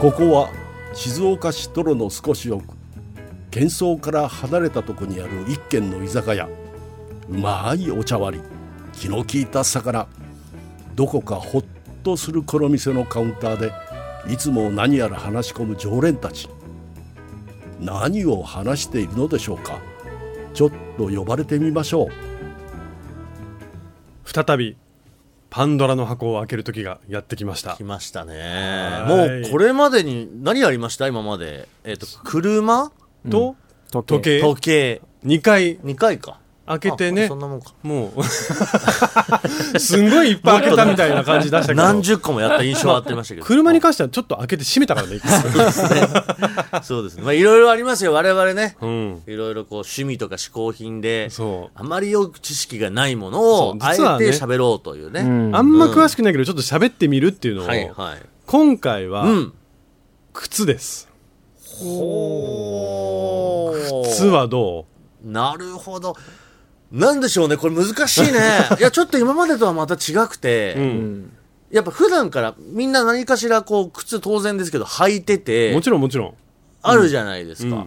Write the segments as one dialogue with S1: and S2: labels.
S1: ここは静岡市泥の少し奥喧騒から離れたとこにある一軒の居酒屋うまいお茶割り気の利いた魚どこかほっとするこの店のカウンターでいつも何やら話し込む常連たち何を話しているのでしょうかちょっと呼ばれてみましょう
S2: 再びパンドラの箱を開ける時がやってきました
S3: 来ましたね
S2: はい
S3: もうこれまでに何やりました今までえっ、と車
S2: と
S4: 時
S2: 時計
S3: 時計
S2: 2回
S3: 2回か
S2: 開けて
S3: あ
S2: ね
S3: そんなもんか
S2: もう すんごいいっぱい開けたみたいな感じ出したけど
S3: 何十個もやった印象はあってましたけど
S2: 車に関してはちょっと開けて閉めたからね一回
S3: そうですねまあいろいろありますよ我々ね
S2: うん
S3: いろいろこう趣味とか嗜好品で
S2: そう
S3: あまりよく知識がないもの
S2: そ
S3: を
S2: う
S3: あえ
S2: 実はね
S3: て喋ろうというね
S4: うん
S2: あんま詳しくないけどちょっと喋ってみるっていうのを、
S3: はいはい
S2: 今回は
S3: うん
S2: 靴です、
S3: ほー
S2: 靴はど
S3: なるほどなんでしょうねこれ難しい ねいやちょっと今までとはまた違くて、
S2: う、う
S4: うんん
S3: やっぱ普段からみんな何かしらこう靴当然ですけど履いてて
S2: もちろんもちろん、
S3: あるじゃないですか、
S2: うん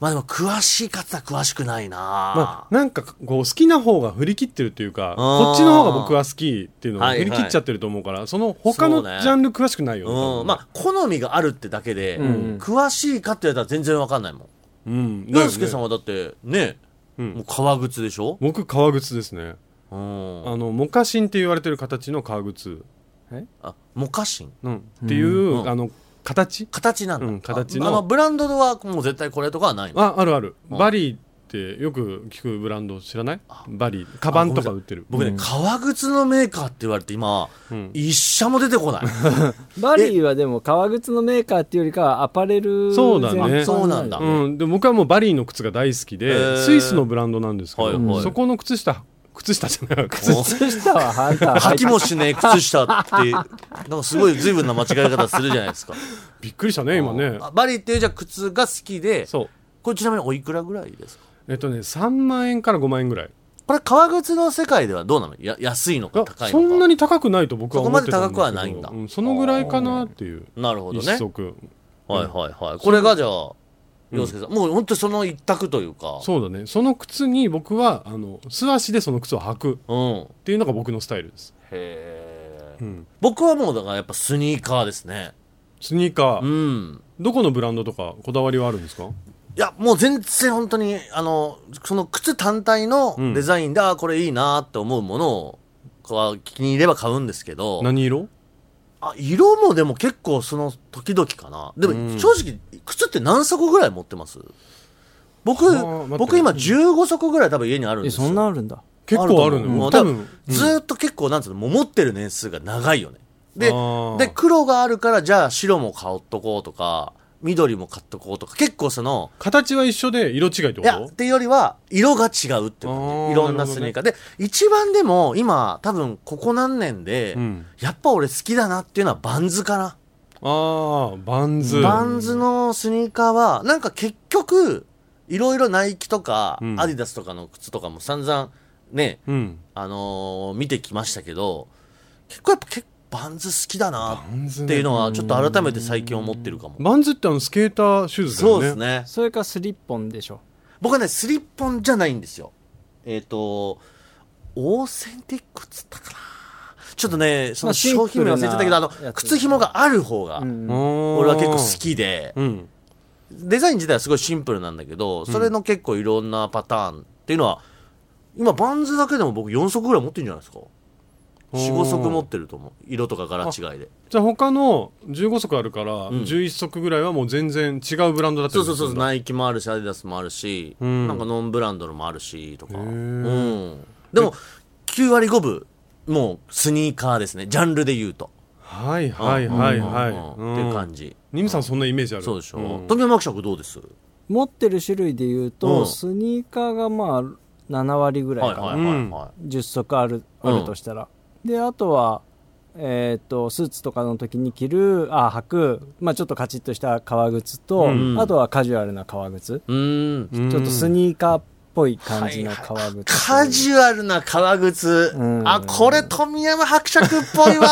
S3: まあでも詳しい方は詳しくないな、
S2: まあ、なんかこう好きな方が振り切ってるっていうか
S3: あー
S2: こっちの方が僕は好きっていうのを
S3: はい
S2: 振り切っちゃってると思うから、その他の
S3: そう
S2: ジ
S3: ね
S2: ャンル詳しくないよね
S3: うん、まあ好みがあるってだけで、
S4: ん
S3: 詳しいかって言われたら全然わかんないもん
S2: うんだよ
S3: 洋
S2: ね
S3: 介さんはだってね、
S2: うん
S3: もう革靴でしょ、
S2: 僕革靴ですね
S3: うん、
S2: あのモカシンって言われてる形の革靴、
S3: あモカシン
S2: うん、っていう、
S3: ん
S2: あの形
S3: 形なんだ、
S2: うん形の
S3: ああのブランドはもう絶対これとかはないの
S2: ああるある、
S3: うん
S2: バリーってよく聞くブランド知らないバリーカバンとか売ってる
S3: 僕ね、革靴のメーカーって言われて今、
S2: うん
S3: 一社も出て こない
S4: バリーはでも革靴のメーカーっていうよりかはアパレル
S2: そうだね
S4: 全般
S3: そうなんだ
S2: うん、で僕はもうバリーの靴が大好き
S3: へ
S2: で
S3: ー
S2: スイスのブランドなんですけど、
S3: はいはい
S2: そこの靴下靴下じ ゃない靴下
S4: 靴下はハンター
S3: 履
S4: 入
S3: きもしねえ靴下ってなんかすごい随分な間違え方するじゃないですか
S2: びっくりしたね今ね
S3: あバリっていうじゃあ靴が好きで
S2: そう
S3: これちなみにおいくらぐらいですか
S2: えっとね3万円から5万円ぐらい
S3: これ革靴の世界ではどうなのや安いの
S2: い
S3: か
S2: や
S3: 高い
S2: そ
S3: のか
S2: んなに高くないと僕は思ってたんですけど
S3: そこまで高くはないんだ
S2: うそのぐらいかなっていう
S3: なるほど
S2: 一
S3: ね
S2: 足、
S3: はいはいはいこれがじゃあ洋介さん、もう本当にその一択というか
S2: そうだねその靴に僕はあの素足でその靴を履くっ
S3: うんへ
S2: ていうのが僕のスタイルです、
S3: え
S2: うん、
S3: 僕はもうだからやっぱスニーカーですね
S2: スニーカー、
S3: うん
S2: どこのブランドとかこだわりはあるんですか
S3: いや、もう全然本当に、あの、その靴単体の
S2: うん
S3: デザインで、あこれいいなって思うものを、こう気に入れば買うんですけど、
S2: 何色
S3: あ色もでも結構その時々かな。で
S2: うん
S3: も正直、靴って何足ぐらい持ってます僕、
S2: あー待って
S3: 僕今15足ぐらい多分家にあるん
S4: え
S3: ですよ。
S4: そんなあるんだ
S2: 結構ある
S3: と
S2: の
S3: 思う
S2: よ
S3: もう
S2: 多分
S3: だからずーっと結構、なんつうの、もう持ってる年数が長いよね。で
S2: あー、
S3: で、黒があるから、じゃあ白も買おっとこうとか、緑も買っとこうとか、結構その、
S2: 形は一緒で色違いってこと
S3: いや、っていうよりは、色が違うっていう感
S2: あー
S3: じ。いろんなスニーカー。で、一番でも、今、多分、ここ何年で、
S2: うん
S3: やっぱ俺好きだなっていうのはバンズかな。
S2: ああバンズ
S3: バンズのスニーカーは、なんか結局、いろいろナイキとか、
S2: うん
S3: アディダスとかの靴とかも散々、ね、
S2: うん
S3: あのー見てきましたけど、結構やっぱ結構バンズ好きだな
S2: バンズね
S3: っていうのは、ちょっと改めて最近思ってるかも。
S2: バンズってあのスケーターシューズだ
S3: そ
S2: よ
S3: う
S2: ね
S3: ですね。
S4: それかスリッポンでしょ
S3: 僕はね、スリッポンじゃないんですよ。えっ、と、オーセンティックっつったかな。ちょっとね、その
S4: まあシンプ
S3: 商
S4: ル
S3: 品名
S4: な
S3: 忘れちゃったけど、あの
S4: や、つ
S3: 靴紐がある方が、
S4: うん
S2: 俺
S3: 俺は結構好きで、
S2: うん
S3: デザイン自体はすごいシンプルなんだけど、それの結構いろんなパターンっていうのは、今、バンズだけでも僕4足ぐらい持ってるんじゃないですか。4、5足持ってると思う。色とか柄違いで。
S2: じゃあ他の15足あるから
S3: ん
S2: 11足ぐらいはもう全然違うブランドだった
S3: そ
S2: り
S3: うそうそう、
S2: するんだ
S3: ナイキもあるし、アディダスもあるし、
S2: ん
S3: なんかノンブランドのもあるし、とか。
S2: へ
S3: う
S2: ー
S3: ん。でも、9割5分、もうスニーカーですね。ジャンルで言うと。
S2: はいはいはいはい
S3: うんっていう感じ。
S2: ニムさんそんなイメージある
S3: そうでしょ。
S2: ん
S3: 富山伯爵どうです
S4: 持ってる種類でいうと、
S3: うん
S4: スニーカーがまあ7割ぐら
S3: はいい
S4: かな、
S3: はいはいは
S4: 10足ある
S3: う
S4: あ
S3: ん
S4: るとしたら、であとはえっとスーツとかの時に着るあ履く、まあ、ちょっとカチッとした革靴と、
S2: うん
S4: あとはカジュアルな革靴、
S3: い。うーん。
S2: うん
S4: ちょっとスニーカーっぽい感じの革靴、
S3: カジュアルな革靴、
S4: うん
S3: あこれ富山伯爵っ ぽいわ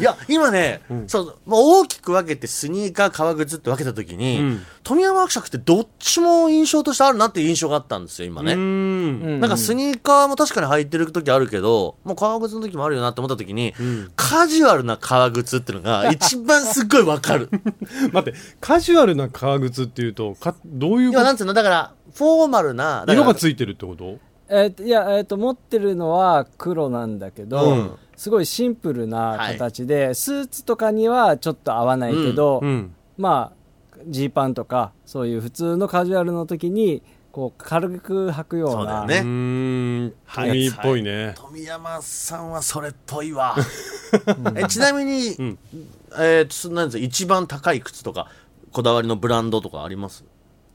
S3: いや今ね、そうもう大きく分けてスニーカー革靴って分けた時に、
S2: うん
S3: 富山伯爵ってどっちも印象としてあるなっていう印象があったんですよ今ね、
S2: うーん
S3: なんか
S4: す
S3: スニーカーも確かに履いてる時あるけど、もう革靴の時もあるよなって思った時に、カジュアルな革靴って のが一番すっごいわかる。
S2: 待ってカジュアルな革靴っていうとかどういうこ
S3: 今
S2: と
S3: なんつうの、だから、フォーマルな、だから
S2: 色がついてるってこと
S4: えーといや、えーと持ってるのは黒なんだけど、
S3: うん
S4: すごいシンプルな形で、スーツとかにはちょっと合わないけど、
S2: うん
S4: まあジーパンとかそういう普通のカジュアルの時にこう軽く履くよ
S3: そううだよ
S4: な
S2: う
S3: ね。
S2: ーん髪っぽいね
S3: 富山さんはそれっぽ いわ。えちなみに、
S2: ん
S3: えー、そなんですか一番高い靴とか、こだわりのブランドとかあります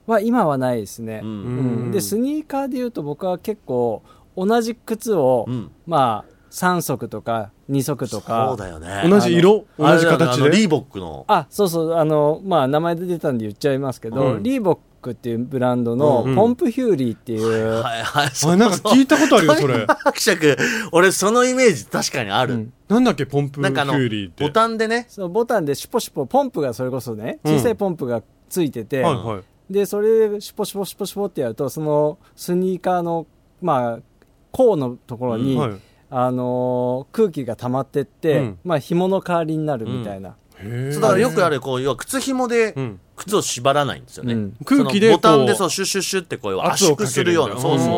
S4: は今はないですね、
S3: うん
S4: う
S2: うんん
S4: でスニーカーでいうと僕は結構同じ靴を、
S3: うん
S4: まあ3足とか2足とか
S3: そうだよね。
S2: 同じ色
S3: あ
S2: 同
S3: れ
S2: じ
S3: だよね
S2: 形
S3: あのリ
S2: で
S3: ーボックの。
S4: あそうそうあのまあ名前で出たんで言っちゃいますけど、
S2: うん
S4: リーボックっていうブランドの
S2: うん
S4: ポンプヒューリーっていう、
S3: はいはい。
S2: あなんか聞いたことあるよそ
S3: 富
S2: れ
S3: 山伯爵、俺そのイメージ確かにある。
S4: うん
S2: なんだっけポンプキ
S3: なんかあの
S2: ューリーっ、て
S3: ボタンでね、
S4: そのボタンでシュポシュポポンプがそれこそね
S2: うん
S4: 小さいポンプがついてて、
S2: はいはい
S4: でそれでシュポシュポシュポシュポってやるとそのスニーカーのまあ甲のところに、
S2: はい
S4: あのー空気が溜まってって、
S2: うん
S4: まあ紐の代わりになるみたいな、
S2: へ
S3: そ
S2: ー
S3: うだからよくあるこう要は靴紐で
S2: うん
S3: 靴を縛らないんですよね、
S4: うん
S2: 空気で
S3: そのボタンで
S2: こう
S3: そうシュッシュッシュッってこう圧
S2: 圧をかける
S3: 縮するようなそうそうそう
S2: あ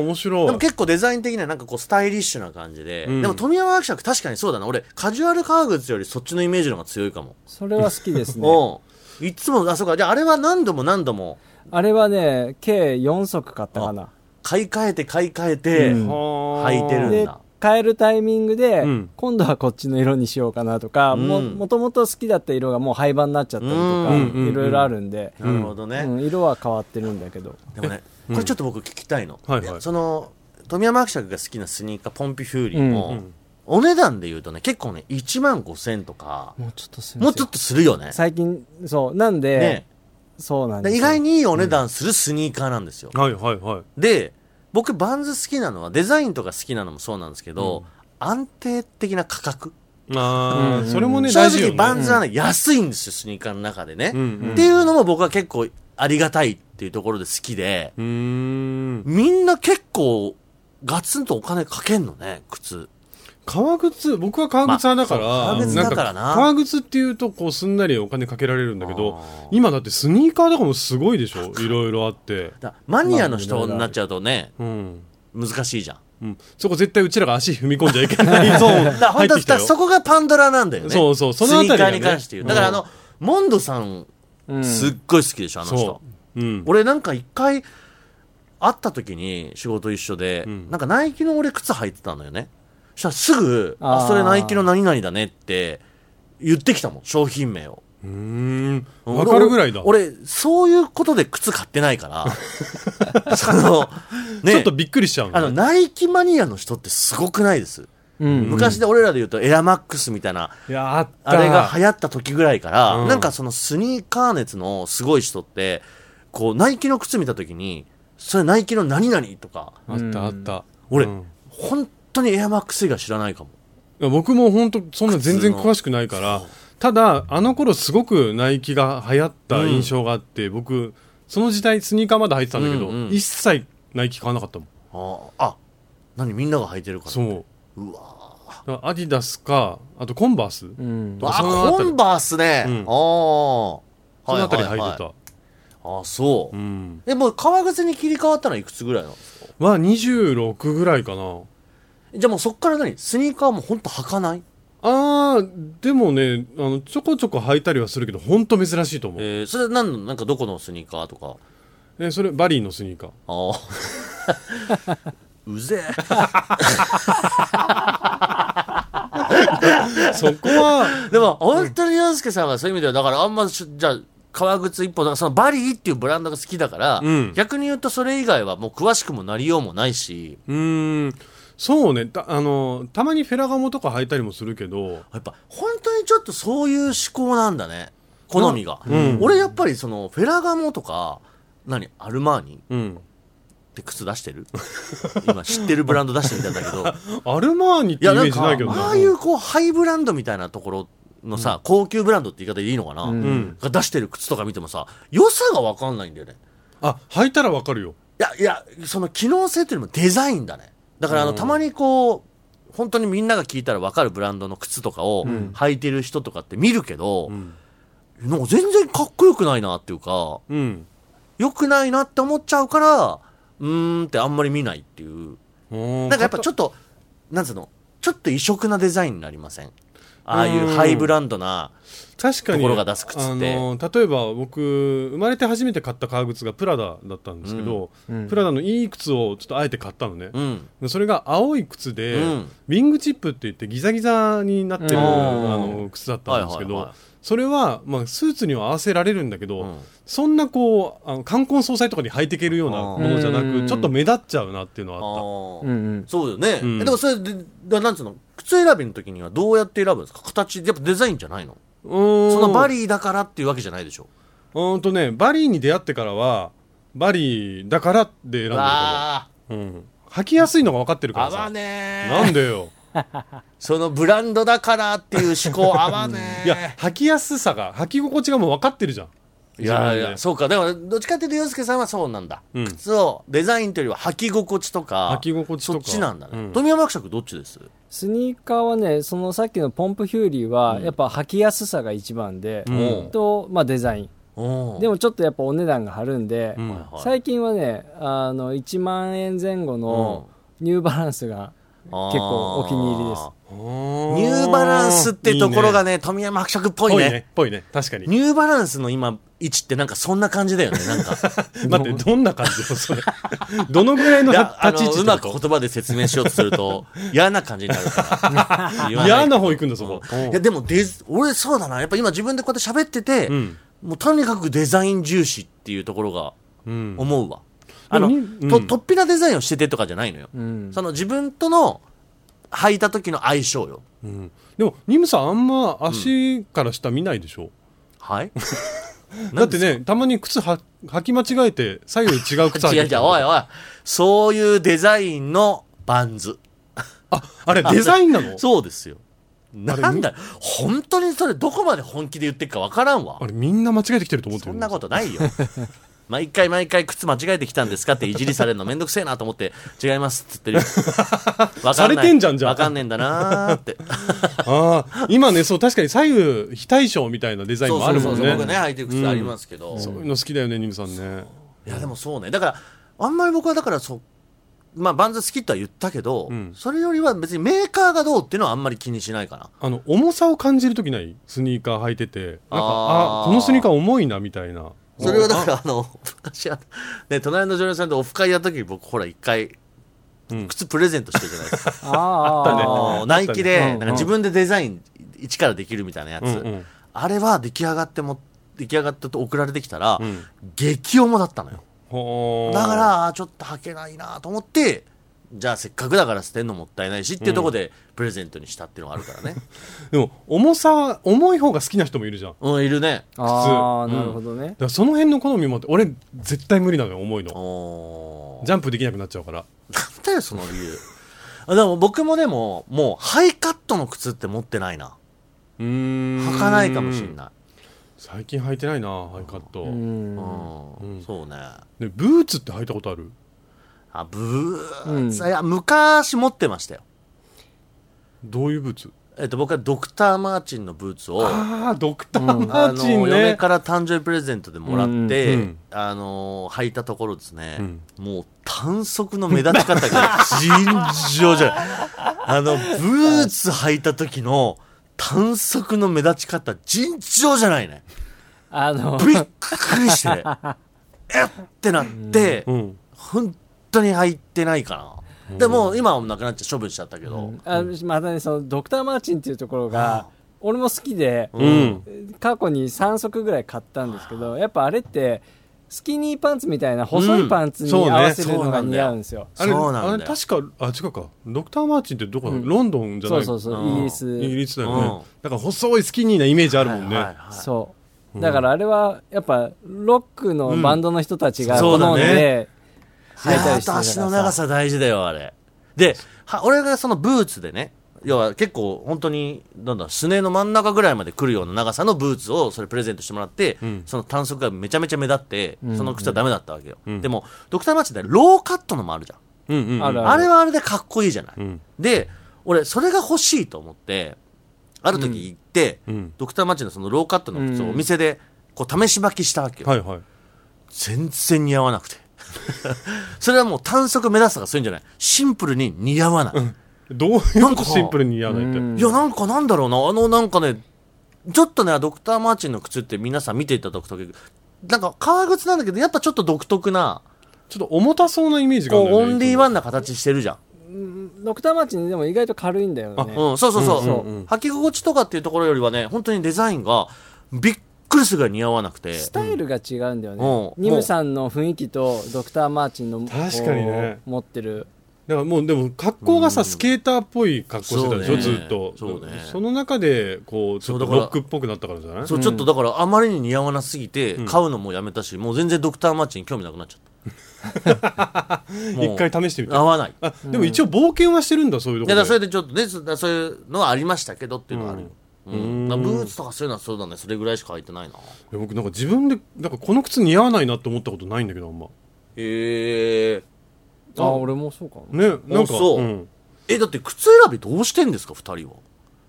S2: ー面白い
S3: でも結構デザイン的にはなんかこうスタイリッシュな感じで、
S2: うん
S3: でも富山伯爵確かにそうだな俺カジュアル革靴よりそっちのイメージの方が強いかも、
S4: それは好き ですね
S3: うんいつもあそうかじゃああれは何度も何度も
S4: あれはね計4足買ったかな
S3: 買い替えて買い替えて、
S4: うん
S2: 履
S3: 履いてる
S4: で
S3: な
S4: 変えるタイミングで、
S2: うん
S4: 今度はこっちの色にしようかなとか、も
S3: うん
S4: もともと好きだった色がもう廃盤になっちゃったりとか、
S2: うんうん
S4: いろいろあるんで、
S3: なるほどね、
S4: うん色は変わってるんだけど
S3: でもね、これちょっと僕聞きたいの。
S2: はいはい
S3: その、富山伯爵が好きなスニーカー、ポンピフューリーも、
S2: うんうん
S3: お値段で言うとね、結構ね、1万5千とか、
S4: もうちょっとす
S3: もうちょっとするよね。
S4: 最近そうなんで、
S3: ね。
S4: そうなんです
S3: で
S4: よ
S3: 意外にいいお値段するスニーカーなんですよ。
S2: はいはいはい
S3: で、僕、バンズ好きなのは、デザインとか好きなのもそうなんですけど、安定的な価格。
S2: あ
S4: うん
S2: ーそれもね
S3: 正
S2: 大事よ
S3: 直、
S2: ね
S3: バンズはね、安いんですよ、スニーカーの中でね。
S2: うんうん
S3: っていうのも僕は結構ありがたいっていうところで好きで、
S2: うーん
S3: みんな結構、ガツンとお金かけんのね、靴。
S2: 革靴僕は革靴派だから、
S3: まあそう革靴だからなん
S2: 革靴っていうとこうすんなりお金かけられるんだけど
S3: あー
S2: 今だってスニーカーとかもすごいでしょいろいろあって
S3: だマニアの人になっちゃうとね、
S2: うん、
S3: 難しい じゃん。
S2: うん、そこ絶対うちらが足踏み込んじゃいけ ないゾ
S3: だ
S2: ーン
S3: から
S2: 入
S3: 本
S2: って
S3: 当
S2: きた
S3: は
S2: よ
S3: そこがパンドラなんだよね。
S2: そうそうそのあたり
S3: スニーカ
S2: が
S3: ー
S2: ね
S3: に関して言う。だからあの、モンドさん、
S4: うん
S3: すっごい好きでしょ、あの人
S2: そ。う、うん、
S3: 俺なんか一回、会った時に仕事一緒で、
S2: ん
S3: なんかナイキの俺靴履いてたのよね。そしたらすぐ、
S4: あ
S3: あ、
S4: ー
S3: それナイキの何々だねって言ってきたもん、商品名を。
S2: うーん分かるぐらいだ、
S3: 俺、俺そういうことで靴買ってな いから、その、ね。
S2: ちょっとびっくりしちゃう
S3: あの、
S2: のね
S3: ナイキマニアの人ってすごくないです。
S4: うん
S3: 昔で俺らで言うとエアマックスみたいな、
S2: いやあった
S3: あれが流行った時ぐらいから、
S2: うん
S3: なんかそのスニーカー熱のすごい人って、こう、ナイキの靴見た時に、それナイキの何々とか、
S2: あったあった
S3: 俺、
S2: うん
S3: 本当にエアマックス以外知らないかも。
S2: いや僕も本当そんな全然詳しくないからただあの頃すごくナイキが流行った印象があって、僕その時代スニーカーまだ履いてたんだけど、
S3: うんうん
S2: 一切ナイキ買わなかったもん
S3: ああ、あ何みんなが履いてるから。
S2: そう
S3: うわ
S2: だからアディダスかあとコンバース、
S4: うん
S3: わ
S2: その
S3: あ、
S2: あた
S3: コ
S2: り
S3: ンバースね。
S2: うん
S3: ああ。
S2: そのあたり履いてた、
S3: はははああ、そう
S2: う。ん
S3: え、もう革靴に切り替わったのはいくつぐらいなの
S2: は26ぐらいかな
S3: じゃあもうそっから何スニーカーも本当履かない
S2: あーでもねあのちょこちょこ履いたりはするけど本当珍しいと思う、え
S3: えー、それ何のなんかどこのスニーカーと か
S2: それバリーのスニーカー
S3: ああ うぜ
S2: そこは
S3: えでも本当に洋介さんはそういう意味ではだからあんましじゃあ革靴一本だからそのバリーっていうブランドが好きだから、
S2: うん
S3: 逆に言うとそれ以外はもう詳しくもなりようもないし
S2: うーんそうねたあのたまにフェラガモとか履いたりもするけど
S3: やっぱ本当にちょっとそういう思考なんだね好みが、
S2: うん
S3: 俺やっぱりそのフェラガモとか何アルマーニ
S2: うん
S3: って靴出してる 今知ってるブランド出してみたんだけど
S2: アルマーニって
S3: い
S2: イ
S3: や
S2: メー
S3: なん
S2: ジないけど
S3: か
S2: な
S3: ああいうこうハイブランドみたいなところのさ、高級ブランドって言い方でいいのかな、
S2: う
S4: うん
S2: ん
S3: が出してる靴とか見てもさ良さが分かんないんだよね
S2: あ履いたらわかるよ
S3: いやいやその機能性というよりもデザインだねだからあの、たまにこう本当にみんなが聞いたら分かるブランドの靴とかを履いてる人とかって見るけど、
S2: ん
S3: なんか全然かっこよくないなっていうか
S2: うん
S3: 良くないなって思っちゃうからうーんってあんまり見ないっていう
S2: な
S3: なんかやっぱち
S2: ょっ
S3: ょっと、なんつうの、ちょっと異色なデザインになりませんああいううんハイブランドな、
S2: と確かに
S3: ところが出す靴って
S2: あの例えば僕生まれて初めて買った革靴がプラダだったんですけど、
S4: うん
S2: プラダのいい靴をちょっとあえて買ったのね
S3: う、ん。
S2: でそれが青い靴で、
S3: うん
S2: ウィングチップって言ってギザギザになってる、あ
S4: うん
S2: の靴だったんですけど、
S3: はいはいはい
S2: それは、まあ、スーツには合わせられるんだけど、
S3: うん
S2: そんなこうあの冠婚葬祭とかに履いていけるようなものじゃなく、
S4: うん
S2: ちょっと目立っちゃうなっていうの
S3: あ
S2: はあっ
S4: うんうん
S3: そうよね。
S2: うん
S3: えでもそれで、だなんつうの、靴選びの時にはどうやって選ぶんですか形、やっぱデザインじゃないの
S2: たうん
S3: そのバリーだからっていうわけじゃないでしょ。
S2: うーんとねバリーに出会ってからはバリーだからで選んでるか
S3: あ
S2: も、うん、履きやすいのが分かってる
S3: あ、
S2: か
S3: 合
S2: ら
S3: わ
S2: さ、
S3: ね
S2: な
S3: え。
S2: んで よ
S3: そのブランドだからっていう思考合わねえ。
S2: いや履きやすさが履き心地がもう分かってるじゃん
S3: いや
S2: 自
S3: い
S2: 分
S3: や、
S2: で
S3: そうか。だから、どっちかっていうと、洋介さんはそうなんだ。
S2: うん
S3: 靴を、デザインというよりは履き心地とか、
S2: 履き心地とか
S3: そっちなんだね。
S2: うん
S3: 富山伯爵どっちです
S4: スニーカーはね、そのさっきのポンプヒューリーは、やっぱ履きやすさが一番で、
S2: うん
S4: と、まあデザイン。
S3: お
S4: で
S3: も、
S4: もちょっとやっぱお値段が張るんで、
S2: うん
S3: はいはい
S4: 最近はね、あの、1万円前後のニューバランスが、結構お気に入りです
S3: ニューバランスってところが
S2: ね
S3: ね、富山伯爵っ
S2: ぽ
S3: ぽいね。
S2: ぽいね確かに
S3: ニューバランスの今、位置ってなんかそんな感じだよね。な んか、
S2: 待ってどんな感じよそれ どのぐらいの
S3: いや
S2: 立
S3: あ
S2: 立
S3: の、
S2: ち位置
S3: う
S2: っ
S3: ま
S2: て
S3: く
S2: こ
S3: 言葉で説明しようとする と、嫌な感じになるから。
S2: と
S3: 言わい
S2: 嫌な方行くんだそこ
S3: うんいや、でもデザ、俺そうだな。やっぱ今自分でこうやって喋ってて、
S2: ん
S3: もうとにかくデザイン重視っていうところが
S2: うん
S3: 思うわ。あの、
S2: でもに
S3: と、
S2: うん
S3: 突飛なデザインをしててとかじゃないのよ。
S4: うん。
S3: その自分との履いた時の相性よ。
S2: うんでもニムさんあんま足から下見ないでしょ
S3: はい
S2: だってねたまに靴は履き間違えて左右違う靴履い
S3: 違う
S2: て
S3: 違う、おいおい。そういうデザインのバンズ。
S2: ああれデザインな の
S3: そうですよ。なんだよ本当にそれどこまで本気で言ってるかわからんわ
S2: あ。れみんな間違えてきてると思って
S3: そ
S2: る
S3: んなことないよ。 毎回毎回靴間違えてきたんですかっていじりされるのめんどくせえなと思って、違いますっつってるよ。 わか
S2: さ
S3: ない
S2: れてんじゃんじゃあ
S3: わかんねえんだなーって。
S2: ああ今ねそう確かに左右非対称みたいなデザイン
S3: そう
S2: もあ
S3: そう
S2: る
S3: そ
S2: も
S3: う。
S2: ん
S3: 僕
S2: ね
S3: ね、履いてる靴ありますけど。
S2: そういうの好きだよねニムさんね
S3: いやでもそうねだからあんまり僕はだからそうまあバンズ好きとは言ったけど、
S2: ん
S3: それよりは別にメーカーがどうっていうのはあんまり気にしないかな
S2: あの重さを感じる時ないスニーカー履いててなんかあ
S3: あー
S2: このスニーカー重いなみたいな
S3: それはだからあの昔あのね隣の女優さんとオフ会やった時に僕ほら一回
S2: うん
S3: 靴プレゼントしたじゃないですか、
S4: ああ
S2: あったね
S3: あのナイキで
S4: うん
S3: なんか自分でデザイン一からできるみたいなやつ、
S2: うんうん
S3: あれは出来上がっても出来上がったと送られてきたら、
S2: うん
S3: 激重だったのよ
S2: ほー
S3: だからあーちょっと履けないなと思ってじゃあせっかくだから捨てるのもったいないしっていうところでプレゼントにしたっていうのがあるから ね、
S2: でも重さは重い方が好きな人もいるじゃんだか
S3: うん、いるね
S4: ああ、なるほどね。
S2: らその辺の好みもあって俺絶対無理なのよ重いの
S3: おー
S2: ジャンプできなくなっちゃうから
S3: なんだよその理由あでも僕もでももうハイカットの靴って持ってないな
S2: 履
S3: 履かないかもしれ
S2: い
S3: な
S2: 最近履いてないなハイカット、
S4: うん
S3: いうん、
S2: うん
S3: そうね
S2: でブーツって履いたことある
S3: あブ
S4: うん
S3: ー、いや昔持ってましたよ
S2: どういうブーツ
S3: えっと僕はドクター・マーチンのブーツを
S2: ああドクターマ
S3: あ
S2: ー
S3: の
S2: チン
S3: 嫁
S2: ね、
S3: から誕生日プレゼントでもらって、
S2: うんうん
S3: あの履いたところですね、
S2: うん
S3: もう短足の目立ち方が尋 常じゃないあのブーツ履いた時の短足の目立ち方尋常じゃないね
S4: あの、
S3: びっくりして えっってなって、
S2: うん、
S3: 本当に履いてないかな、でも今はもうなくなっちゃう処分しちゃったけど、
S4: あまたね、その、ドクター・マーチンっていうところが、俺も好きで、
S2: うん
S4: 過去に3足ぐらい買ったんですけど、やっぱあれって、スキニーパンツみたいな細いパンツに合わせるのが似合うんですよ。
S2: あれ
S3: そうなんだよ
S2: あれ確かあ違うかドクター・マーチンってどこだ、ロンドンじゃ
S4: そ
S2: ないう
S4: そうそうう、
S3: ん
S4: イギリス。
S2: イギリスだよね、
S3: うん
S2: だから細いスキニーなイメージあるもんね、
S3: はいはいはい
S4: そう。だからあれは、やっぱ、ロックのバンドの人たちが
S3: うん
S4: 好ん
S3: そうだ
S4: で、
S3: い
S4: 履いた
S3: や
S4: りして
S3: ー
S4: たから
S3: 足
S4: さ
S3: の長さ大事だよあれでは俺がそのブーツでね要は結構本当になんだすねの真ん中ぐらいまで来るような長さのブーツをそれプレゼントしてもらって、その短足がめちゃめちゃ目立ってその靴はダメだったわけよ、でもドクターマッチでローカットのもあるじゃ
S2: う
S3: ん
S2: んうんうん
S4: ある
S3: あれはあれでかっこいいじゃない。
S2: ん
S3: で、俺、それが欲しいと思って、ある時行って、
S2: ん
S3: ドクターマッチのそのローカットの靴を
S4: うん
S3: お店で、こう、試し履きしたわけよ。
S2: はいはい
S3: 全然似合わなくて。 それはもう短足目立つとかそういうんじゃない。シンプルに似合わない。
S2: どういう
S3: なん
S2: こ
S3: か
S2: とシンプルにやらないって
S4: うん
S3: いや、なんかなんだろうな。あの、なんかね、ちょっとね、ドクターマーチンの靴って皆さん見ていただくとき、なんか革靴なんだけど、やっぱちょっと独特な、
S2: ちょっと重たそうなイメージがあ
S3: こ
S2: るん
S3: う、
S2: だよ
S3: オ
S2: ね
S3: ンリーワンな形してるじゃん。
S4: ドクターマッチにでも意外と軽いんだよね。
S3: うん、そうそうそう,、
S2: うんうんうん
S3: 履き心地とかっていうところよりはね本当にデザインがびっくりするぐらい似合わなくて
S4: スタイルが違うんだよね。
S3: うん
S4: ニムさんの雰囲気とドクターマーチンの
S2: 確かにね
S4: こう持ってる。
S2: だからもうでも格好がさ、
S3: うん
S2: スケーターっぽい格好してたでしょ、
S3: そうね
S2: ずっと
S3: そうね
S2: の中でこうちょっと
S3: そうだから
S2: ロックっぽくなったからじゃない
S3: そうちょっとだからあまりに似合わなすぎて、買うのもやめたしもう全然ドクターマッチに興味なくなっちゃ ったもう
S2: 一回試してみて
S3: 合わない
S2: あでも一応冒険はしてるんだそういうと
S3: い
S2: こ
S3: やだ
S2: ろ
S3: からそれでちょっとねそだからそういうのはありましたけどっていうのはあるよ、うん
S2: うん
S3: だからブーツとかそういうのはそうだねそれぐらいしか履いてないない
S2: や僕なんか自分でなんかこの靴似合わないなって思ったことないんだけどあんま
S3: へえ
S4: あ、俺もそうかも。
S2: ねなんか
S3: そうんえだって靴選びどうしてんですか二人は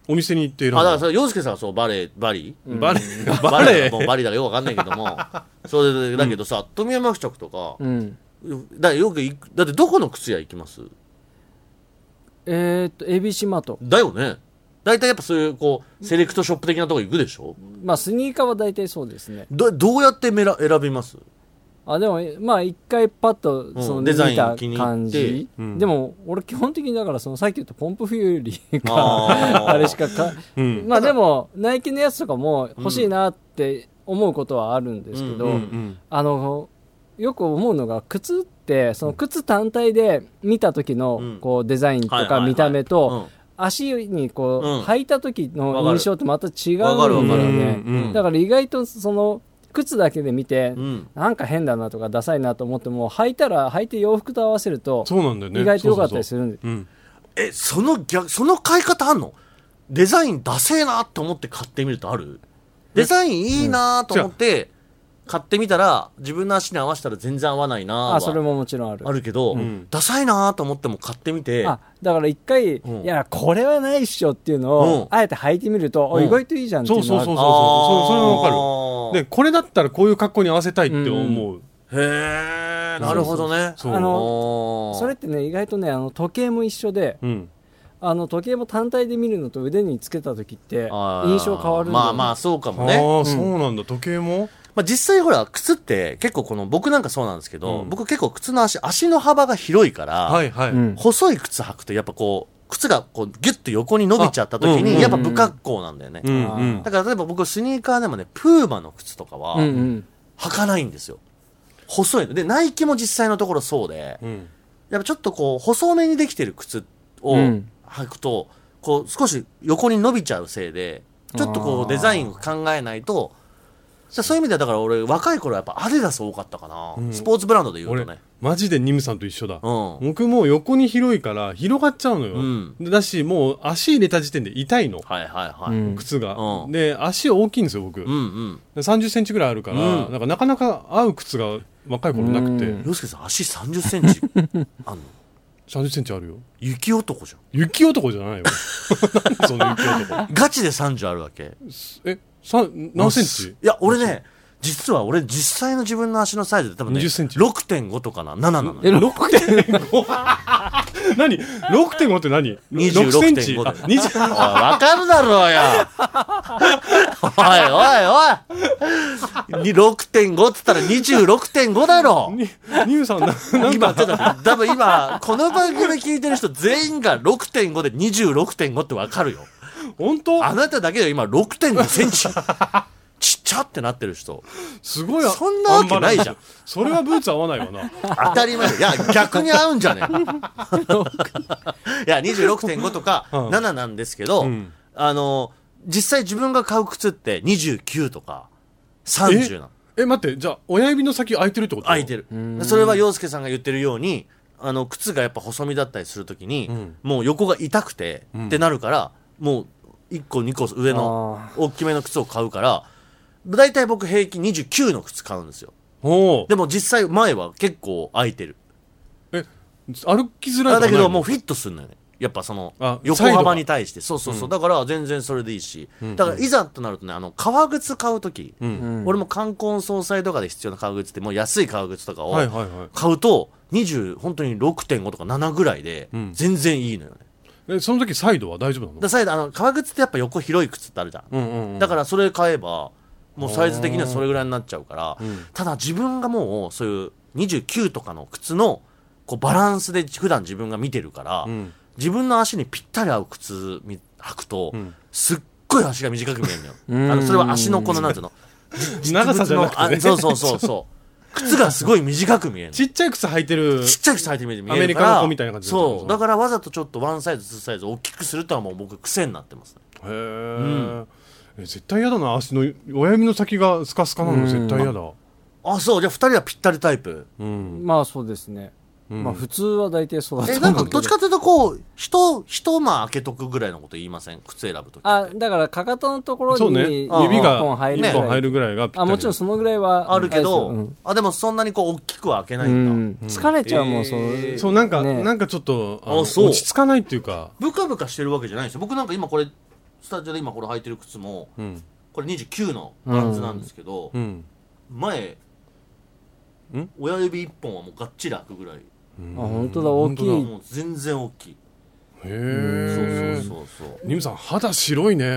S2: お店に行って選んだ
S3: あだからそれ洋介さんはそうバレーバリー、
S2: バレーが
S3: バ
S2: バレ
S3: レー
S2: ー
S3: もうバリだからよくわかんないけど もそれでだけどさ、富山伯爵とか
S4: うん。
S3: だからよく行くだってどこの靴屋行きます
S4: えーっと、ABC マート。
S3: だよね大体やっぱそういうこうセレクトショップ的なとこ行くでしょ
S4: まあ、スニーカーは大体そうですね。
S3: どどうやってめら選びます
S4: あ、でも、まあ、一回パッと、その、
S3: デ
S4: 見
S3: ザイン
S4: た
S3: 気に入
S4: 感
S3: って
S4: じ。
S2: うん
S4: でも、俺基本的にだから、その、さっき言ったポンプフィーリー
S3: あ
S4: か、
S3: ー
S4: あれしかか、
S2: うん
S4: まあでも、ナイキのやつとかも欲しいなって思うことはあるんですけ
S3: う
S4: ど、
S3: ん
S2: うん
S4: あの、よく思うのが、靴って、その靴単体で見た時
S3: う
S4: の
S3: ん、
S4: こう、デザインと
S3: はいはい
S4: か
S3: はい
S4: 見た目
S3: う
S4: と、
S3: ん
S4: 足に
S3: うん
S4: こう、履いた時の印象ってまた違うんだ
S3: わかる
S4: よ
S3: わかる
S4: ね。
S2: うん
S4: だから意外と、その、靴だけで見て
S3: う、ん
S4: なんか変だなとかダサいなと思っても、履いたら、履いて洋服と合わせると、
S2: そうなんだよね
S4: 意外と良かったりす
S2: る
S4: るんで
S2: うん
S3: えその逆その買い方あんのデザインダセえなと思って買ってみるとあるデザインいいなと思って買ってみたら自分の足に合わせたら全然合わないなは
S4: あ、それももちろんある
S3: あ。るけど、
S2: ん
S3: ダサいなと思っても買ってみて
S4: あだから一回、
S3: うん
S4: いやこれはないっしょっていうのを、
S3: うん
S4: あえて履いてみると、あ
S3: うん
S4: 意外といいじゃんってい
S2: そうう
S4: の
S2: そうそうそうそ
S4: が
S2: うそ
S4: あ
S2: う
S4: る
S2: それはわか
S3: あー
S2: るでこれだったらこういう格好に合わせたいって思う
S3: へえなるほどね
S2: そう
S4: あの
S3: の
S4: それってね意外とねあの時計も一緒で
S2: うん
S4: あの時計も単体で見るのと腕につけた時って印象変わるんだ
S3: ま
S4: よ
S3: あ
S4: ね
S3: まあそうかもね
S2: ああそうなんだ時計も
S3: まあ、実際ほら靴って結構この僕なんかそうなんですけど、
S2: うん
S3: 僕結構靴の足足の幅が広いから、
S2: はいはい
S4: うん
S3: 細い靴履くとやっぱこう靴がこうギュッと横に伸びちゃった時
S2: あうんうんう
S3: に
S2: ん
S3: やっぱ不格好なんだよね、
S2: うんうん
S3: だから例えば僕スニーカーでもねプーマの靴とかは
S4: うんうん
S3: 履かないんですよ、細いのでナイキも実際のところそうで、
S2: うん
S3: やっぱちょっとこう細めにできてる靴を
S4: うん
S3: 履くと、こう少し横に伸びちゃうせいでちょっとこ
S4: あー
S3: うデザインを考えないとじゃあそういう意味ではだから俺若い頃はやっぱアディダス多かったかな、
S2: ん
S3: スポーツブランドで言う
S2: 俺
S3: とね
S2: マジでニムさんと一緒だ
S3: うん
S2: 僕も横に広いから広がっちゃうのよ、
S3: うん
S2: だしもう足入れた時点で痛いの
S3: はいはいはい、
S4: うん
S2: 靴が、
S3: うん
S2: で足大きいんですよ僕、
S3: うんうん
S2: 3 0ンチぐらいあるから、
S3: うん
S2: なんかなかなか合う靴が若い頃なくて、
S4: うん
S3: 洋介さん足3 0ンチあんの
S2: 3 0ンチあるよ
S3: 雪男じゃん
S2: 雪男じゃ ないよなんでその雪男
S3: ガチで30あるわけ
S2: えさ何センチ
S3: いや俺ね実は俺実際の自分の足のサイズで多分ね
S2: 20センチ
S3: 6.5とかな7なのよ
S4: え6点
S2: 何 ?6.5 って何
S3: 26.5
S2: ?6 センチあ
S3: だよ
S2: 20
S3: おいわかるだろうよおいおいおいに6.5っつったら26.5だろ
S2: にニムさんななん
S3: 今
S2: か
S3: ちょっと多分今この番組聞いてる人全員が6.5で26.5ってわかるよ
S2: 本当
S3: あなただけで今6.5センチちっちゃってなってる人
S2: すごいあ
S3: そんなわけないじゃん
S2: それはブーツ合わないわな
S3: 当たり前だよいや逆に合うんじゃねえのいや26.5とか
S2: うん
S3: 7なんですけど、
S2: うん
S3: あの実際自分が買う靴って29とか30なの
S2: え待ってじゃあ親指の先開いてるってこと
S3: 空いてるそれは洋介さんが言ってるようにあの靴がやっぱ細身だったりするときに、
S2: うん
S3: もう横が痛くて、
S2: ん
S3: ってなるからもう1個2個上の大きめの靴を買うから大体僕平均29の靴買うんですよ
S2: お
S3: でも実際前は結構空いてる
S2: え歩きづらい
S3: あ
S2: とかな
S3: だ
S2: い
S3: け
S2: の
S3: どもうフィットするのよねやっぱその
S2: あ
S3: 横
S2: サイド
S3: 幅
S2: が
S3: に対してそうそうそう、だから全然それでいいし、だからいざとなるとねあの革靴買う時、
S2: うん
S3: 俺も冠婚葬祭とかで必要な革靴ってもう安い革靴とかを
S2: はいはいはい
S3: 買うと20本当に6.5とか7ぐらいで
S2: ん
S3: 全然いいのよね、
S2: えその時サイドは大丈夫なの
S3: だからさあの革靴ってやっぱ横広い靴ってあるじゃん、
S2: うんうんうん
S3: だからそれ買えばもうサイズ的にはそれぐらいになっちゃうから、ただ自分がもうそういう29とかの靴のこうバランスで普段自分が見てるから、
S2: ん
S3: 自分の足にぴったり合う靴み履くと、
S2: ん
S3: すっごい足が短く見えるのよあのそれは足のこのなんていうの
S2: 長さじゃなくてね
S3: あそうそうそうそう靴がすごい短く見える の
S2: ちっちゃい靴履いてる
S3: ちっちゃい靴履いてみて見えるから
S2: アメリカの子みたいな感じで
S3: そうだからわざとちょっとワンサイズツーサイズ大きくするとはもう僕癖になってますね
S2: へえ、え絶対嫌だな足の親指の先がスカスカなの絶対嫌だ
S3: あそうじゃあ2人はぴったりタイプ
S2: うん
S4: まあそうですね、まあ普通は大体そうだと
S3: え
S4: 思
S3: な
S4: う
S3: んかどっちかというとこう人一間開けとくぐらいのこと言いません靴選ぶ時
S4: あだからかかとのところ
S2: そうね
S4: に
S2: 指
S4: 1
S2: が
S4: 本入る
S2: 1
S4: ぐらい
S2: 本入るぐらいがぴった
S4: あ
S2: り
S4: もちろんそのぐらいは
S3: あるけど、
S4: あれです
S3: あでもそんなにこう大きくは開けない
S4: ようん
S3: だ、
S4: ん疲れちゃうもん、そう
S2: そうなんか、
S4: ね
S2: なんかちょっとあの
S3: あそう
S2: 落ち着かないっていうか
S3: ブカブカしてるわけじゃないんですよ僕なんか今これスタジオで今これ履いてる靴も
S2: うん
S3: これ29のパンツなんですけど、
S2: うん
S3: 前
S2: ん
S3: 親指1本はもうがっちり開くぐらい
S4: あ本当だ大きい
S3: もう全然大きい
S2: へ
S3: そう
S2: え
S3: そうそうそう
S2: ニムさん肌白いね
S3: じ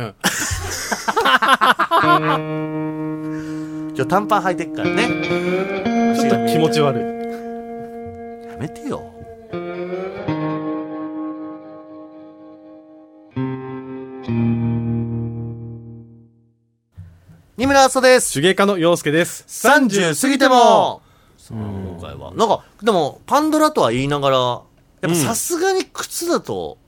S3: ゃあ短パン履いてっからね
S2: ちょっと気持ち悪い
S3: やめてよ二村麻です
S2: 手芸家の陽介です
S3: 30過ぎてもさあ今回はなんかでもパンドラとは言いながらやっぱさすがに靴だと、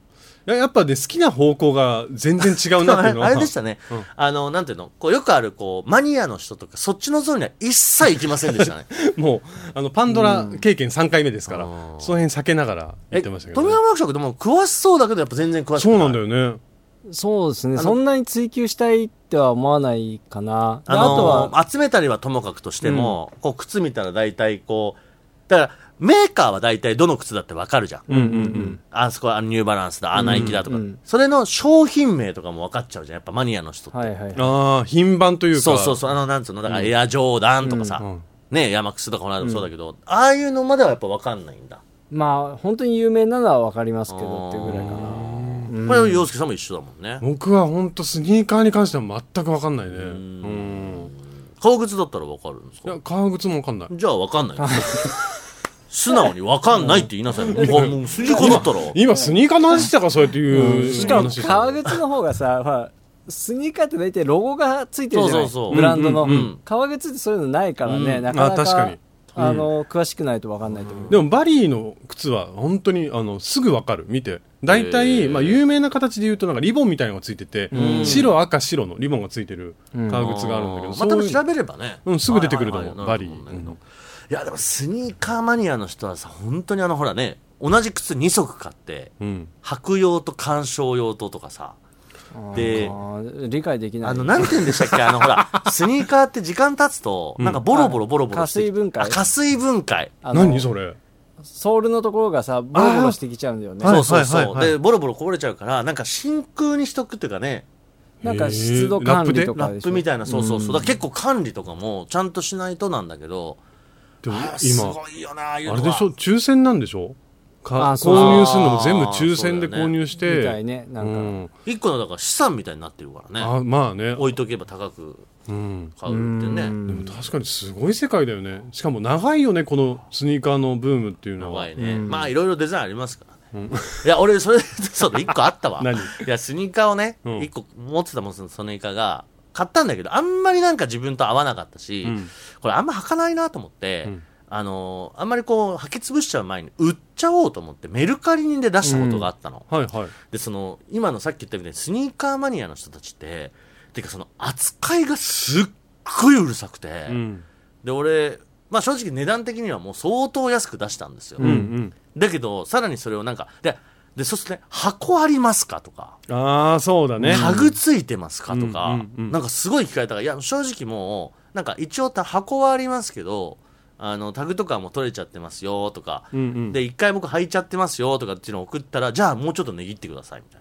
S2: いややっぱね好きな方向が全然違うなっていうの
S3: あ
S2: は
S3: れでしたね、あのなんていうのこうよくあるこうマニアの人とかそっちのゾーンには一切行きませんでしたね
S2: もうあのパンドラ経験3回目ですから、
S3: うん
S2: その辺避けながら 言
S3: え
S2: ってま
S3: 富
S2: したけど、ね、
S3: 山学食でも詳しそうだけどやっぱ全然詳しくな
S2: そ
S3: い
S2: うなんだよね
S4: そうですねそんなに追求したいっては思わないかなで
S3: あ
S4: あと
S3: の
S4: は
S3: 集めたりはともかくとしても、こう靴見たら大体こう、だからメーカーは大体どの靴だってわかるじゃん。
S2: うんうんうん
S3: あそこはニューバランスだ、あ、ナイキだとか、
S4: うんうん
S3: それの商品名とかも分かっちゃうじゃん。やっぱマニアの人って。
S4: はいはい
S2: ああ品番というか
S3: そうそうそう、あの、なんつうの、だからエアジョーダンとかさ、
S2: うん
S3: ね、ヤマクスとかこの間もそうだけど、ああいうのまではやっぱ分かんないんだ。
S4: まあ本当に有名なのは分かりますけどっていうぐらいかな
S3: これ、洋介さんも一緒だもんね。
S2: 僕は本当スニーカーに関しては全く分かんないね
S3: ん
S2: うん
S3: 革靴だったら分かるんです
S2: い
S3: か
S2: や革靴も分かんない
S3: じゃあ分かんない。素直に分かんないって言いなさいよ。あもうスニーカーだったら。
S2: 今スニーカーの話したからそうやっていう
S4: しかも
S2: 話してた
S4: 革靴の方がさ、まあ、スニーカーって大体ロゴがついてるじゃない
S3: そうそうそう
S4: ブランドの、
S3: うんうんうん
S4: 革靴ってそういうのないからね、
S3: うん
S4: なかなか
S2: あ確かに
S4: あの詳しくないと分かんないと思う、
S2: でもバリーの靴は本当にあのすぐ分かる見て大
S3: へ
S2: 体
S3: ー
S2: まあ有名な形で言うとなんかリボンみたいなのがついてて白赤白のリボンがついてる革靴があるんだけど
S3: まあ、多
S2: そう
S3: 分
S2: いう
S3: 調べればね、
S2: うんすぐ出てくると思う
S3: はいはいはい
S2: バリー
S3: なると思うんだけどいやでもスニーカーマニアの人はさ本当にあのほらね同じ靴2足買って
S2: うん
S3: 履く用と鑑賞用ととかさで
S4: あー理解できない
S3: あの何て言うんでしたっ けあのほらスニーカーって時間経つとなんかボロボロボロボロして
S4: 加水分解
S3: あ加水分解
S4: あの
S2: 何それ
S4: ソールのところがさボロボロしてきちゃうんだよね
S2: あー
S3: そうそうそう、
S2: はいはいはいはい
S3: でボロボロこぼれちゃうからなんか真空にしとくっていうかね
S4: なんか湿度管理と
S3: ラ
S4: かで
S3: ッ
S4: しょ
S3: プみたいなそうそうそうだから結構管理とかもちゃんとしないとなんだけど
S2: でも
S3: あーす
S2: 今
S3: ごいよなああいうの
S2: あ
S3: は
S2: れでしょ抽選なんでしょか
S4: あそう
S2: 購入するのも全部抽選で購入し
S4: みた
S2: て
S4: いねな
S2: うん
S4: か、
S2: ん
S3: 一個のだから資産みたいになってるからね
S2: あまあね
S3: 置いとけば高く
S2: うん
S3: 買うってね
S2: でも確かにすごい世界だよねしかも長いよねこのスニーカーのブームっていうのは
S3: 長いね、まあいろいろデザインありますからね、いや俺それそうだ1個あったわ
S2: 何
S3: いやスニーカーをね、
S2: うん
S3: 一1個持ってたもんそのスニーカーが買ったんだけどあんまりなんか自分と合わなかったし、
S2: ん
S3: これあんま履かないなと思って、
S2: ん
S3: あのーあんまりこう履き潰しちゃう前に売っちゃおうと思ってメルカリにで出したことがあったの、
S2: はいはい
S3: でその今のさっき言ったみたいにスニーカーマニアの人たちっててかその扱いがすっごいうるさくて、
S2: うん
S3: で俺、まあ、正直値段的にはもう相当安く出したんですよ、
S2: うんうん
S3: だけどさらにそれをなんかででそうするとね箱ありますかとか
S2: ああそうだね
S3: タグついてますかと
S2: う
S3: か
S2: んうんうん
S3: なんかすごい聞かれたからいや正直もうなんか一応た箱はありますけどあのタグとかはもう取れちゃってますよとか、
S2: うんうん
S3: で一回僕履いちゃってますよとかっていうのを送ったらじゃあもうちょっと値切ってくださいみたい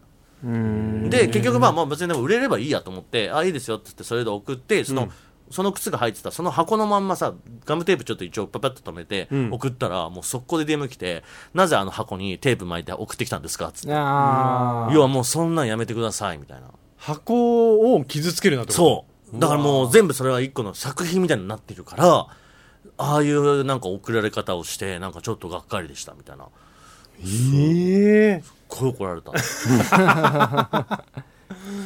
S3: な。
S4: うん
S3: で結局まあまあ別にでも売れればいいやと思ってあいいですよって言ってそれで送ってその、その靴が入ってたその箱のまんまさガムテープちょっと一応パパッと止めて
S2: ん
S3: 送ったら、もう速攻で DM 来てなぜあの箱にテープ巻いて送ってきたんですかっつって
S4: あ
S3: 要はもうそんなんやめてくださいみたいな
S2: 箱を傷つけるなってこと
S3: そうだからもう全部それは一個の作品みたいになってるからああいうなんか送られ方をしてなんかちょっとがっかりでしたみたいな
S2: ええ
S3: 声怒られた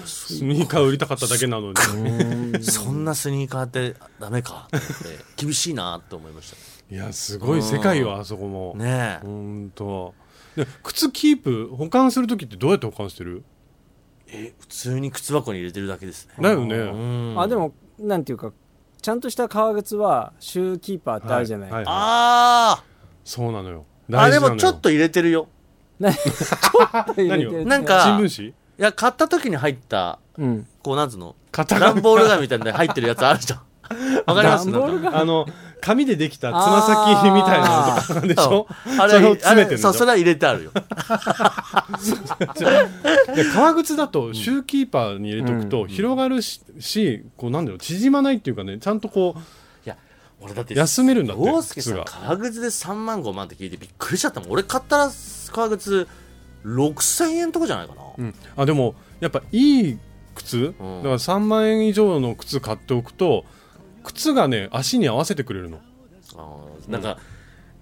S2: スニーカー売りたかっただけなのに
S3: そんなスニーカーってダメかと思って厳しいなって思いました
S2: いやすごい世界よあそこも
S3: ねえ
S2: 本当。で靴キープ保管する時ってどうやって保管してる
S3: え普通に靴箱に入れてるだけですね
S2: だよ
S3: う
S2: ね
S3: ん
S4: あでもなんていうかちゃんとした革靴はシューキーパーってあるじゃない、
S2: はいはい
S3: あ
S2: そうなのよ
S3: ーあ
S2: 大
S3: で
S2: 事なのよ
S3: もちょっと入れてるよ
S4: なちょっと入れてる
S3: 何をなんか
S2: 新聞紙
S3: いや買った時に入った
S4: うん、
S3: こうなんつうの
S2: 型
S3: 段
S2: 紙
S3: ボール紙みたいなのに入ってるやつあるじゃんわかります
S4: 段ボール 紙
S2: あの紙でできたつま先みたいなのとかでしょ
S3: うんあ
S2: それを詰
S3: れあ
S2: めてる
S3: れ
S2: んでしょ
S3: そうそれは入れてあるよ
S2: で革靴だとシューキーパーに入れとくと広がるし,、しこうなんだろう縮まないっていうかねちゃんとこう
S3: いや俺だって
S2: 休めるんだって
S3: 大輔さ
S2: 靴
S3: ん
S2: が
S3: 革靴で3万5万って聞いてびっくりしちゃったもん俺買ったら革靴6000円とかじゃないかな、
S2: うん、あでもやっぱいい靴、
S3: うん
S2: だから3万円以上の靴買っておくと靴がね足に合わせてくれるの
S3: あーなんか、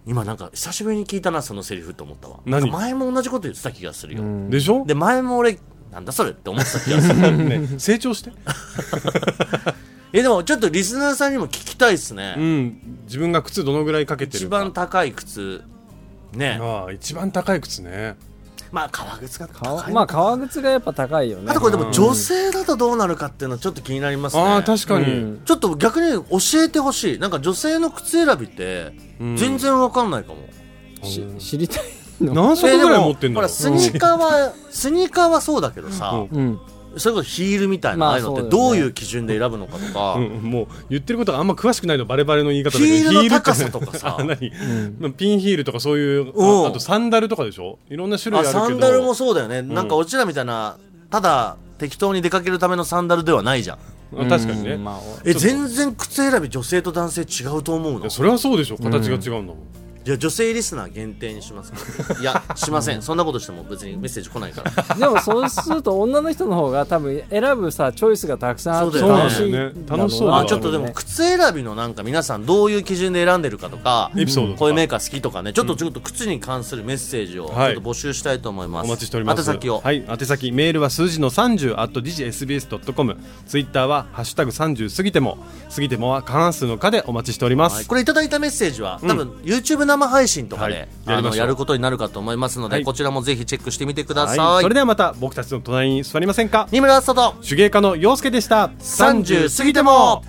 S3: 今なんか久しぶりに聞いたなそのセリフと思ったわ
S2: 何
S3: なんか前も同じこと言ってた気がするよ、
S2: でしょ、
S3: で前も俺なんだそれって思ってた気が する
S2: ね、成長して、
S3: えでもちょっとリスナーさんにも聞きたいですね、
S2: うん、自分が靴どのぐらいかけて
S3: 一
S2: るか
S3: 番高い靴ね
S2: ああ一番高い靴ね
S3: まあ革靴が
S4: か
S3: 高い
S4: まあ革靴がやっぱ高いよね
S3: あとこれでも女性だとどうなるかっていうのはちょっと気になりますね
S2: ああ確かに、
S4: うん
S3: ちょっと逆に教えてほしいなんか女性の靴選びって
S2: うん
S3: 全然わかんないかも、
S4: し知りたいの
S2: 何足ぐらい持って
S3: で
S2: ん
S3: も
S2: だろ
S3: ほら
S2: う
S3: スニーカーはスニーカーはそうだけど
S2: う
S3: さ、
S2: ん
S4: うん
S3: それこそヒールみたいな
S4: まあ
S3: ああいうのって
S4: そう
S3: ど
S4: だよ
S3: う
S4: ね
S3: いう基準で選ぶのかとか、
S2: うんうん もう言ってることがあんま詳しくないのバレバレの言い方だけど
S3: ヒールの高
S2: ヒー
S3: さ
S2: ル
S3: と
S2: って
S3: か さ
S2: あ何ピンヒールとかそういう
S3: うん
S2: ああとサンダルとかでしょいろんな種類あ
S3: あ
S2: るけど
S3: サンダルもそうだよね、なんかうちらみたいなただ適当に出かけるためのサンダルではないじゃん
S2: あ確かにね、
S4: うんまあ
S3: え全然靴選び女性と男性違うと思う
S2: い
S3: の
S2: やそれはそうでしょ形が違うんだもん、
S3: じゃあ女性リスナー限定にしますかいやしませんそんなことしても別にメッセージ来ないから
S4: でもそうすると女の人の方が多分選ぶさチョイスがたくさんあって
S3: そうだよね
S4: 楽しいんだろな
S2: 楽しそうだよ
S3: あ
S2: ね
S3: ちょっとでも靴選びのなんか皆さんどういう基準で選んでるかとか
S2: エピソードとか
S3: こういうメーカー好きとかねちょっとちょっと靴に関するメッセージをちょ
S2: はい
S3: っと募集したいと思います、
S2: お待ちしております
S3: 宛先を、
S2: はい宛先メールは数字の30 at digsbs.com ツイッターは「ハッシュタグ #30 過ぎても」過ぎてもは過半数の課でお待ちしております、
S3: はいこれいただいたメッセージは、多分 YouTube 生配信とかで、
S2: はいや
S3: あ
S2: りましょ
S3: の
S2: う
S3: やることになるかと思いますので、
S2: はい
S3: こちらもぜひチェックしてみてください、
S2: はいそれではまた僕たちの隣に座りませんか
S3: 二村敦人と
S2: 手芸家の陽介でした
S3: 30過ぎても